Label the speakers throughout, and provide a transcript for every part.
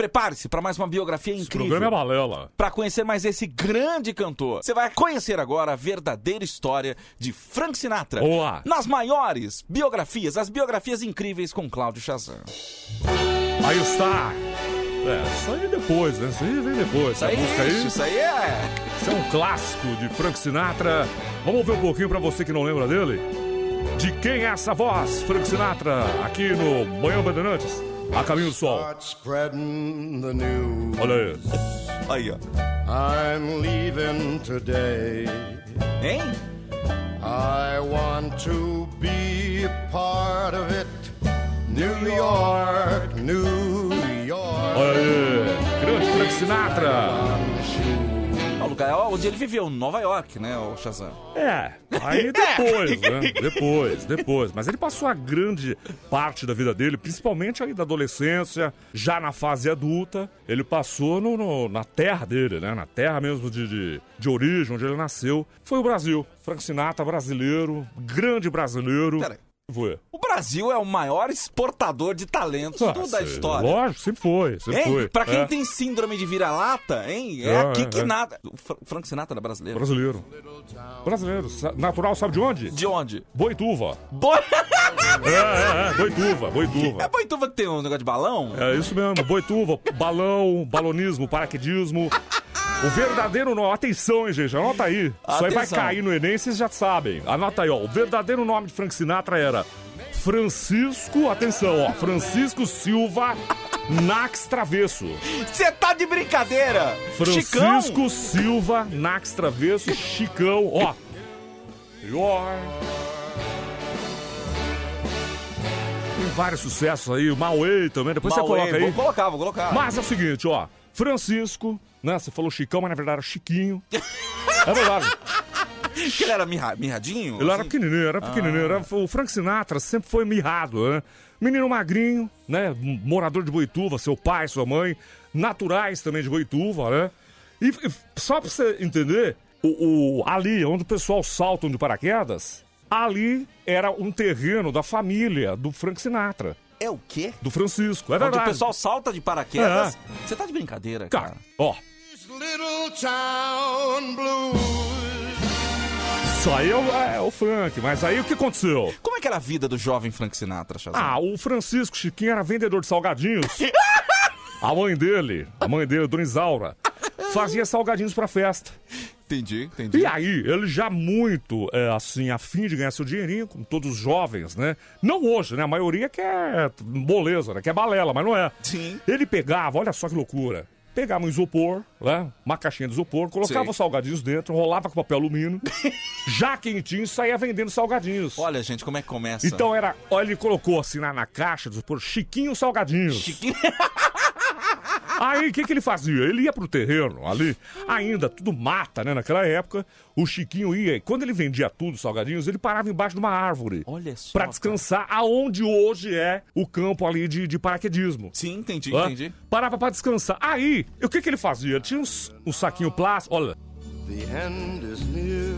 Speaker 1: Prepare-se para mais uma biografia
Speaker 2: Esse
Speaker 1: incrível.
Speaker 2: programa é balela.
Speaker 1: Para conhecer mais esse grande cantor, você vai conhecer agora a verdadeira história de Frank Sinatra.
Speaker 2: Boa.
Speaker 1: Nas maiores biografias, as biografias incríveis com Cláudio Chazan.
Speaker 2: Aí está. É, isso aí depois, né? Isso aí vem depois. Essa música aí.
Speaker 1: Tá isso aí é.
Speaker 2: Isso é um clássico de Frank Sinatra. Vamos ouvir um pouquinho pra você que não lembra dele. De quem é essa voz, Frank Sinatra, aqui no Manhã Bandeirantes, a caminho do sol.
Speaker 3: Start spreading the news.
Speaker 2: Olha aí.
Speaker 1: Aí, ó.
Speaker 3: I'm leaving today.
Speaker 1: Hein?
Speaker 3: I want to be a part of it. New York, New York.
Speaker 2: Olha aí. Grande Frank Sinatra.
Speaker 1: É o lugar onde ele viveu, Nova York, né, o Chazan?
Speaker 2: É, aí depois, né? Depois, depois. Mas ele passou a grande parte da vida dele, principalmente aí da adolescência, já na fase adulta, ele passou no, no- na terra dele, né? Na terra mesmo de, de, de origem, onde ele nasceu. Foi o Brasil. Frank Sinatra, brasileiro, grande brasileiro.
Speaker 1: Peraí.
Speaker 2: Foi.
Speaker 1: O Brasil é o maior exportador de talentos toda
Speaker 2: Nossa,
Speaker 1: a história.
Speaker 2: Ah, Lógico, sempre foi, sempre
Speaker 1: Hein?
Speaker 2: é foi.
Speaker 1: Pra quem
Speaker 2: É,
Speaker 1: tem síndrome de vira-lata, hein? É,
Speaker 2: É,
Speaker 1: aqui
Speaker 2: é,
Speaker 1: que
Speaker 2: é.
Speaker 1: nada. O Fra- Frank Sinatra é brasileiro.
Speaker 2: Brasileiro. Brasileiro. Sa- Natural, sabe de onde?
Speaker 1: De onde?
Speaker 2: Boituva.
Speaker 1: Boi...
Speaker 2: É, é, é. Boituva, Boituva.
Speaker 1: É Boituva que tem um negócio de balão?
Speaker 2: É isso mesmo, boituva, balão, balonismo, paraquedismo. O verdadeiro nome, atenção, hein, gente, anota aí. Isso aí vai
Speaker 1: Atenção.
Speaker 2: cair no Enem, vocês já sabem. Anota aí, ó. O verdadeiro nome de Frank Sinatra era Francisco, atenção, ó. Francisco Silva Nax Travesso.
Speaker 1: Você tá de brincadeira!
Speaker 2: Francisco
Speaker 1: Chicão!
Speaker 2: Silva Nax Travesso, Chicão, ó. Your... Tem vários sucessos aí, o Mauei também, depois você
Speaker 1: Mauê,
Speaker 2: coloca aí.
Speaker 1: Vou colocar, vou colocar.
Speaker 2: Mas é o seguinte, ó. Francisco, né? Você falou Chicão, mas na verdade era Chiquinho. É verdade.
Speaker 1: Porque ele era mirra, mirradinho?
Speaker 2: Ele era
Speaker 1: assim?
Speaker 2: pequenininho, era pequenininho. Era, o Frank Sinatra sempre foi mirrado, né? Menino magrinho, né? Morador de Boituva, seu pai, sua mãe. Naturais também de Boituva, né? E, e só pra você entender, o, o- ali onde o pessoal salta de paraquedas, ali era um terreno da família do Frank Sinatra,
Speaker 1: É o quê?
Speaker 2: do Francisco. É
Speaker 1: Onde
Speaker 2: verdade.
Speaker 1: o pessoal salta de paraquedas. Você tá de brincadeira, cara.
Speaker 2: É. Cara, ó.
Speaker 3: This little town blues.
Speaker 2: Isso aí é o, é o Frank, mas aí o que aconteceu?
Speaker 1: Como é que era a vida do jovem Frank Sinatra, Chazão?
Speaker 2: Ah, o Francisco Chiquinho era vendedor de salgadinhos. A mãe dele, a mãe dele, Dona Isaura, fazia salgadinhos pra festa.
Speaker 1: entendi, entendi.
Speaker 2: E aí, ele já muito, é, assim, a fim de ganhar seu dinheirinho, como todos os jovens, né? Não hoje, né? A maioria quer moleza, né? Quer balela, mas não é.
Speaker 1: Sim.
Speaker 2: Ele pegava, olha só que loucura. Pegava um isopor, né? Uma caixinha de isopor, colocava
Speaker 1: Sim.
Speaker 2: os salgadinhos dentro, rolava com papel alumínio, já quentinho, e saía vendendo salgadinhos.
Speaker 1: Olha, gente, como é que começa?
Speaker 2: Então era, olha, ele colocou assim na, na caixa do por Chiquinho Salgadinhos.
Speaker 1: Chiquinho.
Speaker 2: Aí o que, que ele fazia? Ele ia pro terreno ali, ainda tudo mata, né? Naquela época, o Chiquinho ia, e quando ele vendia tudo, salgadinhos, ele parava embaixo de uma árvore.
Speaker 1: Olha só.
Speaker 2: Pra
Speaker 1: cara.
Speaker 2: descansar, aonde hoje é o campo ali de, de paraquedismo.
Speaker 1: Sim, entendi,
Speaker 2: Hã?
Speaker 1: entendi.
Speaker 2: Parava pra descansar. Aí, o que, que ele fazia? Ele Tinha uns- um saquinho plástico. Olha,
Speaker 3: The end is near,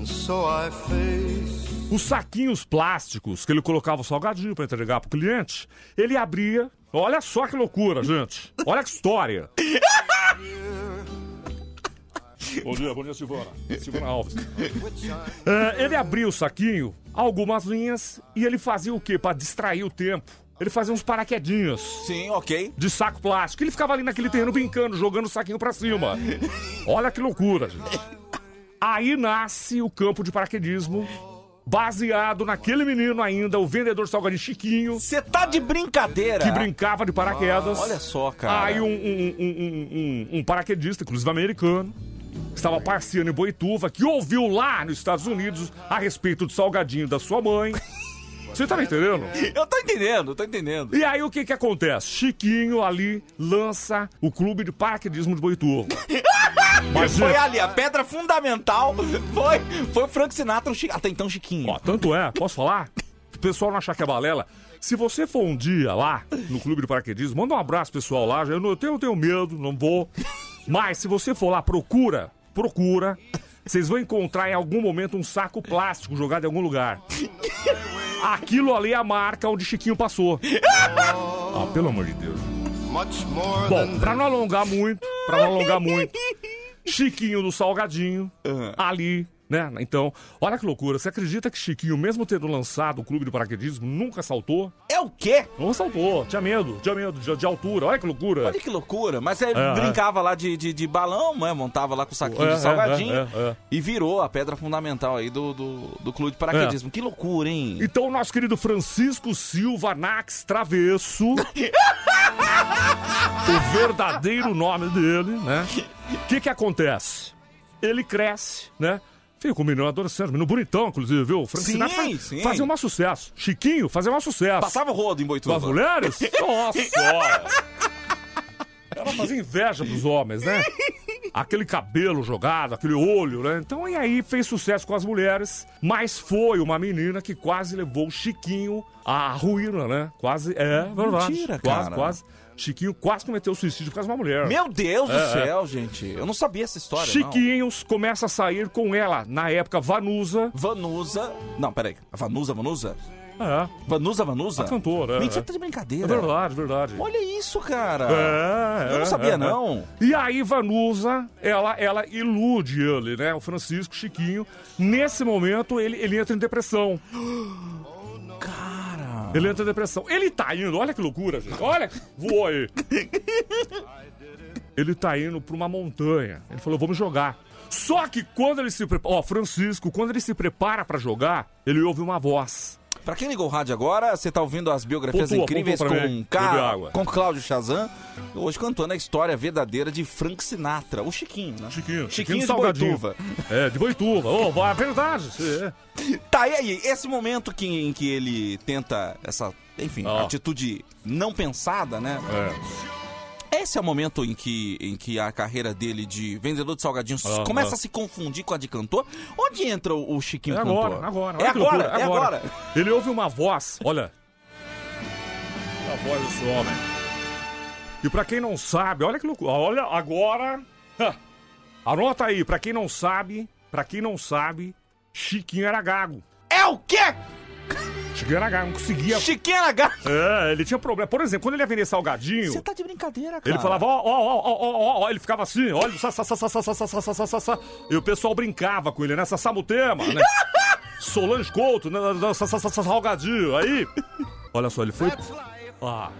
Speaker 3: and so I face.
Speaker 2: Os saquinhos plásticos que ele colocava o salgadinho pra entregar pro cliente, ele abria. Olha só que loucura, gente. Olha que história. bom dia, bom dia, Silvana. Silvana Alves. É, ele abria o saquinho, algumas linhas, e ele fazia o quê? Pra distrair o tempo. Ele fazia uns paraquedinhos
Speaker 1: Sim, ok.
Speaker 2: de saco plástico. Ele ficava ali naquele terreno brincando, jogando o saquinho pra cima. Olha que loucura, gente. Aí nasce o campo de paraquedismo, baseado naquele menino ainda, o vendedor de salgadinho Chiquinho,
Speaker 1: Você tá de brincadeira.
Speaker 2: que brincava de paraquedas.
Speaker 1: Olha só, cara.
Speaker 2: Aí um, um- um- um- um- um paraquedista, inclusive americano, que estava passeando em Boituva, que ouviu lá nos Estados Unidos a respeito do salgadinho da sua mãe. Você tá me entendendo?
Speaker 1: Eu tô entendendo, tô entendendo.
Speaker 2: E aí o que que acontece? Chiquinho ali lança o clube de paraquedismo de Boituva. Mas,
Speaker 1: Foi
Speaker 2: gente,
Speaker 1: ali, a pedra fundamental foi, foi o Frank Sinatra, o Chi- até então Chiquinho.
Speaker 2: ó, tanto é, posso falar? O pessoal não achar que é balela. Se você for um dia lá no clube de paraquedismo, manda um abraço pessoal lá. Eu, não, eu, tenho, eu tenho medo, não vou. Mas se você for lá, procura, procura. Vocês vão encontrar em algum momento um saco plástico jogado em algum lugar. Aquilo ali é a marca onde Chiquinho passou. Ah, pelo amor de Deus.
Speaker 3: much more
Speaker 2: Bom,
Speaker 3: than
Speaker 2: pra não alongar muito, pra não alongar muito, Chiquinho do Salgadinho,
Speaker 1: Ah.
Speaker 2: ali, né? Então, olha que loucura. Você acredita que Chiquinho, mesmo tendo lançado o clube do paraquedismo, nunca saltou?
Speaker 1: É o quê?
Speaker 2: Não saltou, tinha medo, tinha medo de, de altura, olha que loucura.
Speaker 1: Olha que loucura. Mas você
Speaker 2: é.
Speaker 1: brincava lá de, de, de balão, né? montava lá com o saquinho
Speaker 2: É, é,
Speaker 1: de salgadinho
Speaker 2: é, é, é.
Speaker 1: e virou a pedra fundamental aí do, do, do clube de paraquedismo.
Speaker 2: É.
Speaker 1: Que loucura, hein?
Speaker 2: Então, o nosso querido Francisco Silva Nax Travesso. o verdadeiro nome dele, né? O que que acontece? Ele cresce, né? Fica um menino adolescente, um menino bonitão, inclusive, viu? O Frank
Speaker 1: Sim,
Speaker 2: Sinatra
Speaker 1: sim.
Speaker 2: fazia um maior sucesso. Chiquinho fazia um maior sucesso.
Speaker 1: Passava o rodo em
Speaker 2: Com as
Speaker 1: Boituva.
Speaker 2: mulheres? Nossa! olha. Ela fazia inveja dos homens, né? Aquele cabelo jogado, aquele olho, né? Então, e aí fez sucesso com as mulheres, mas foi uma menina que quase levou o Chiquinho à ruína, né? Quase, é verdade.
Speaker 1: Mentira,
Speaker 2: quase,
Speaker 1: cara.
Speaker 2: Quase, Chiquinho quase cometeu suicídio por causa de uma mulher.
Speaker 1: Meu Deus do
Speaker 2: É,
Speaker 1: céu, gente. Eu não sabia essa história, não.
Speaker 2: Chiquinhos começa a sair com ela, na época, Vanusa.
Speaker 1: Vanusa. Não, peraí. Vanusa, Vanusa?
Speaker 2: É,
Speaker 1: Vanusa, Vanusa?
Speaker 2: A cantora, é.
Speaker 1: Mentira, tá de brincadeira.
Speaker 2: é verdade, verdade.
Speaker 1: Olha isso, cara.
Speaker 2: É,
Speaker 1: Eu não
Speaker 2: é,
Speaker 1: sabia,
Speaker 2: é, é.
Speaker 1: não.
Speaker 2: E aí, Vanusa, ela, ela ilude ele, né? O Francisco Chiquinho. Nesse momento, ele, ele entra em depressão.
Speaker 1: Cara.
Speaker 2: Ele entra em depressão. Ele tá indo, olha que loucura, gente. Olha, voou aí. Ele tá indo pra uma montanha. Ele falou, vamos jogar. Só que quando ele se prepara. Ó, Francisco, quando ele se prepara pra jogar, ele ouve uma voz.
Speaker 1: Pra quem ligou o rádio agora, você tá ouvindo as biografias
Speaker 2: Pontua,
Speaker 1: incríveis
Speaker 2: pontua pra
Speaker 1: com
Speaker 2: mim.
Speaker 1: Ca-
Speaker 2: Bebi água.
Speaker 1: com Cláudio Chazan, hoje contando a história verdadeira de Frank Sinatra, o Chiquinho, né? Chiquinho,
Speaker 2: Chiquinho, Chiquinho
Speaker 1: de
Speaker 2: Salgadinho.
Speaker 1: Boituva.
Speaker 2: É, de boituva. Ô, vai, é verdade. É.
Speaker 1: Tá, e aí, esse momento que, em que ele tenta essa, enfim,
Speaker 2: Ó.
Speaker 1: atitude não pensada, né?
Speaker 2: é.
Speaker 1: Esse é o momento em que, em que a carreira dele de vendedor de salgadinhos
Speaker 2: Ah,
Speaker 1: começa
Speaker 2: ah.
Speaker 1: a se confundir com a de cantor. Onde entra o, o Chiquinho
Speaker 2: É
Speaker 1: cantor?
Speaker 2: agora, agora.
Speaker 1: É
Speaker 2: olha que
Speaker 1: agora,
Speaker 2: loucura,
Speaker 1: é agora.
Speaker 2: Ele ouve uma voz, olha. A voz desse homem. E pra quem não sabe, olha que loucura. Olha, agora. Ha. Anota aí, pra quem não sabe, pra quem não sabe, Chiquinho era gago.
Speaker 1: É o quê?
Speaker 2: Chiquinho era gago, não conseguia.
Speaker 1: Chiquinho era gato.
Speaker 2: É, ele tinha problema. Por exemplo, quando ele ia vender salgadinho.
Speaker 1: Você tá de brincadeira, cara.
Speaker 2: Ele falava, ó, ó, ó, ó, ó, ó, ó, ele ficava assim, olha, sa, sa, sa, sa, sa, sa, sa, sa, sa, sa, sa, sa. E o pessoal brincava com ele, né? Sassamutema, né? Solange Couto, né? né, né, sa, sa, sa, sa, Salgadinho, aí... Olha só, ele foi... Ah.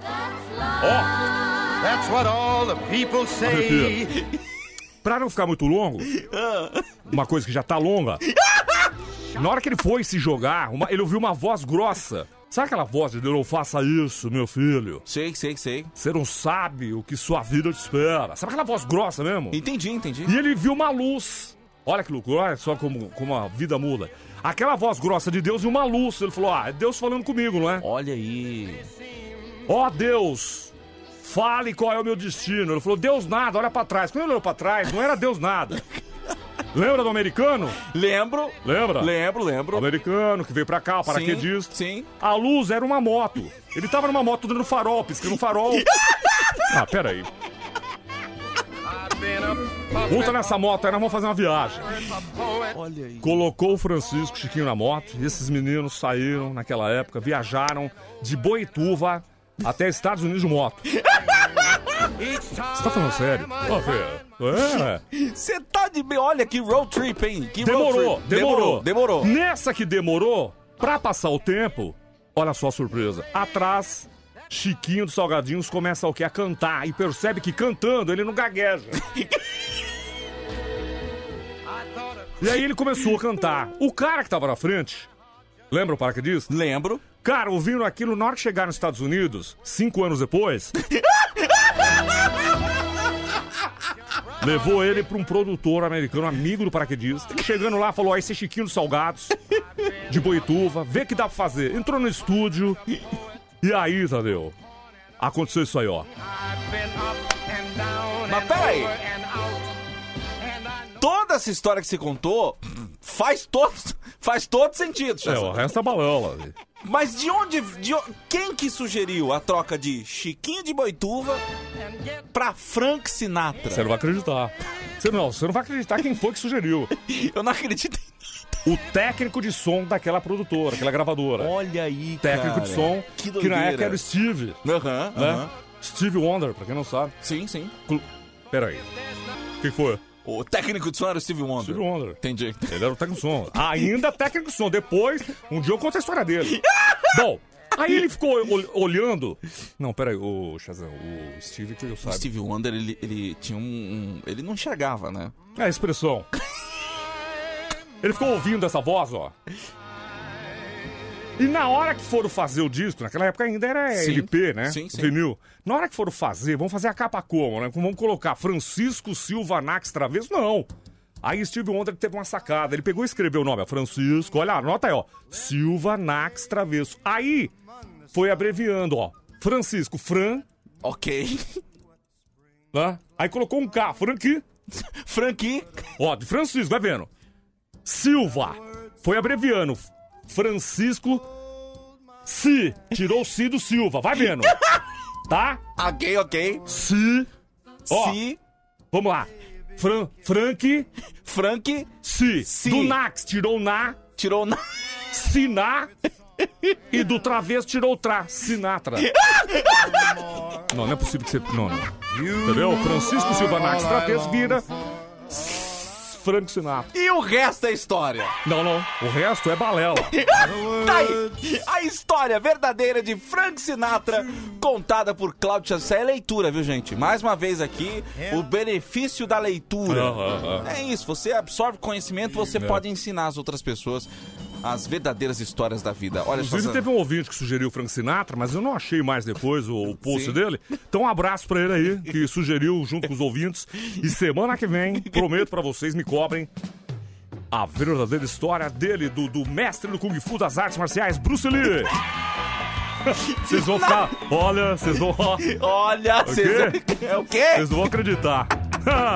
Speaker 2: Ó,
Speaker 3: That's what all the people say.
Speaker 2: pra não ficar muito longo, uma coisa que já tá longa, na hora que ele foi se jogar, uma- ele ouviu uma voz grossa. Sabe aquela voz de não faça isso, meu filho?
Speaker 1: Sei, sei, sei.
Speaker 2: Você não sabe o que sua vida te espera. Sabe aquela voz grossa mesmo?
Speaker 1: Entendi, entendi.
Speaker 2: E ele viu uma luz. Olha que loucura, olha só como, como a vida muda. Aquela voz grossa de Deus e uma luz. Ele falou: Ah, é Deus falando comigo, não é?
Speaker 1: Olha aí.
Speaker 2: Ó Deus, fale qual é o meu destino. Ele falou: Deus nada, olha pra trás. Quando ele olhou pra trás, não era Deus nada. Lembra do americano?
Speaker 1: Lembro.
Speaker 2: Lembra?
Speaker 1: Lembro, lembro.
Speaker 2: O americano que veio pra cá, o
Speaker 1: Sim,
Speaker 2: paraquedista.
Speaker 1: Sim.
Speaker 2: A luz era uma moto. Ele tava numa moto dando farol, piscando farol. Ah, peraí. Volta nessa moto, aí nós vamos fazer uma viagem.
Speaker 1: Olha aí.
Speaker 2: Colocou o Francisco Chiquinho na moto. E esses meninos saíram naquela época, viajaram de Boituva até Estados Unidos de moto. Você tá falando sério? Ó, Fê, é.
Speaker 1: Você tá de bem. Olha que road trip, hein? Que
Speaker 2: Demorou,
Speaker 1: road trip.
Speaker 2: demorou,
Speaker 1: Demorou. demorou.
Speaker 2: Nessa que demorou, pra passar o tempo, olha só a surpresa. Atrás, Chiquinho dos Salgadinhos começa o quê? A cantar e percebe que cantando ele não gagueja. e aí ele começou a cantar. O cara que tava na frente, lembra o paraquedista?
Speaker 1: Lembro.
Speaker 2: Cara, ouvindo aquilo, na hora que chegar nos Estados Unidos, cinco anos depois. levou ele pra um produtor americano, amigo do paraquedista. que Chegando lá, falou: "Ó, esse é Chiquinho dos Salgados, de Boituva, vê o que dá pra fazer. Entrou no estúdio. E aí, Tadeu? Aconteceu isso aí, ó.
Speaker 1: Mas peraí. Toda essa história que você contou faz todo, faz todo sentido,
Speaker 2: É,
Speaker 1: Chazan.
Speaker 2: ó, resta assim. balão, ó.
Speaker 1: Mas de onde, de o- Quem que sugeriu a troca de Chiquinho de Boituva pra Frank Sinatra?
Speaker 2: Você não vai acreditar. Você não, você não vai acreditar quem foi que sugeriu.
Speaker 1: Eu não acredito em nada.
Speaker 2: O técnico de som daquela produtora, aquela gravadora.
Speaker 1: Olha aí,
Speaker 2: técnico de som,
Speaker 1: Que
Speaker 2: que, na
Speaker 1: doideira.
Speaker 2: época era o Steve.
Speaker 1: Aham,
Speaker 2: né?
Speaker 1: aham.
Speaker 2: Steve Wonder, pra quem não sabe.
Speaker 1: Sim, sim.
Speaker 2: Clu... Peraí. O que foi?
Speaker 1: O técnico de som era o Steve Wonder.
Speaker 2: Steve Wonder.
Speaker 1: Entendi.
Speaker 2: Ele era o técnico de som. Ainda técnico de som. Depois, um dia eu conto a história dele. Bom, aí ele ficou ol- olhando. Não, peraí, o Shazam, o Steve que eu
Speaker 1: O
Speaker 2: saiba.
Speaker 1: Steve Wonder, ele, ele tinha um, um- Ele não enxergava, né?
Speaker 2: É a expressão. Ele ficou ouvindo essa voz, ó. E na hora que foram fazer o disco, naquela época ainda era
Speaker 1: Sim.
Speaker 2: LP, né?
Speaker 1: Sim, sim.
Speaker 2: Vinil. Na hora que foram fazer, vamos fazer a capa como, né? Vamos colocar Francisco Silva Nax Travesso? Não. Aí Steve Wonder teve uma sacada. Ele pegou e escreveu o nome. ó, Francisco, olha, anota aí, ó. Silva Nax Travesso. Aí foi abreviando, ó. Francisco, Fran,
Speaker 1: Ok.
Speaker 2: né? Aí colocou um K, Franqui.
Speaker 1: Frankie.
Speaker 2: Ó, de Francisco, vai vendo. Silva. Foi abreviando. Francisco. Si. Tirou o Si do Silva. Vai vendo. Tá?
Speaker 1: Ok, ok.
Speaker 2: Si. Ó,
Speaker 1: Si.
Speaker 2: vamos lá. Fran, Frank.
Speaker 1: Frank
Speaker 2: Si.
Speaker 1: Si.
Speaker 2: Do Nax. Tirou o Na.
Speaker 1: tirou na.
Speaker 2: Siná. E do Travesso tirou o Tra. Sinatra. Não, não é possível que você. Não, não. Entendeu? Francisco Silva Nax Travesso vira. Frank Sinatra.
Speaker 1: E o resto é história.
Speaker 2: Não, não. O resto é balela.
Speaker 1: Tá aí. A história verdadeira de Frank Sinatra, contada por Cláudio Chancel. É leitura, viu, gente? Mais uma vez aqui,
Speaker 2: É.
Speaker 1: o benefício da leitura.
Speaker 2: Ah, ah, ah.
Speaker 1: É isso, você absorve conhecimento, você
Speaker 2: é.
Speaker 1: pode ensinar as outras pessoas as verdadeiras histórias da vida. Olha só.
Speaker 2: Inclusive, teve um ouvinte que sugeriu o Frank Sinatra, mas eu não achei mais depois o, o post
Speaker 1: Sim.
Speaker 2: dele. Então, um abraço pra ele aí, que sugeriu junto com os ouvintes. E semana que vem, prometo pra vocês, me cobrem a verdadeira história dele, do, do mestre do Kung Fu das artes marciais, Bruce Lee. Vocês vão ficar. Olha, vocês vão. ó,
Speaker 1: Olha, vocês... é o quê?
Speaker 2: Vocês não vão acreditar.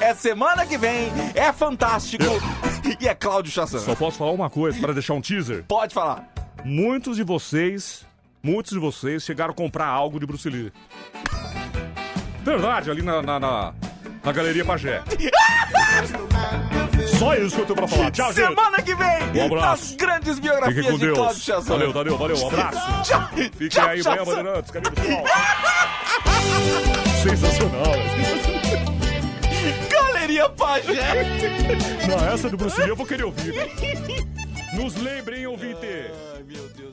Speaker 1: É semana que vem, é fantástico. E é Cláudio Chassan.
Speaker 2: Só posso falar uma coisa pra deixar um teaser.
Speaker 1: Pode falar.
Speaker 2: Muitos de vocês, muitos de vocês chegaram a comprar algo de Bruce Lee. Verdade, ali na, na, na, na Galeria Pajé. Só isso que eu tenho pra falar. Tchau, gente.
Speaker 1: semana que vem,
Speaker 2: Um abraço.
Speaker 1: as grandes
Speaker 2: Fiquem
Speaker 1: biografias
Speaker 2: com
Speaker 1: de Cláudio
Speaker 2: Deus.
Speaker 1: Chassan.
Speaker 2: Valeu, valeu, valeu. Um abraço.
Speaker 1: Tchau,
Speaker 2: Fiquem
Speaker 1: tchau,
Speaker 2: aí, manhã,
Speaker 1: Chazan.
Speaker 2: Bandeirantes. Caminho do Sol. Sensacional.
Speaker 1: Galeria Pajé.
Speaker 2: Não, essa do Bruce Lee eu vou querer ouvir. Nos lembrem, ouvinte.
Speaker 1: Ai, meu Deus.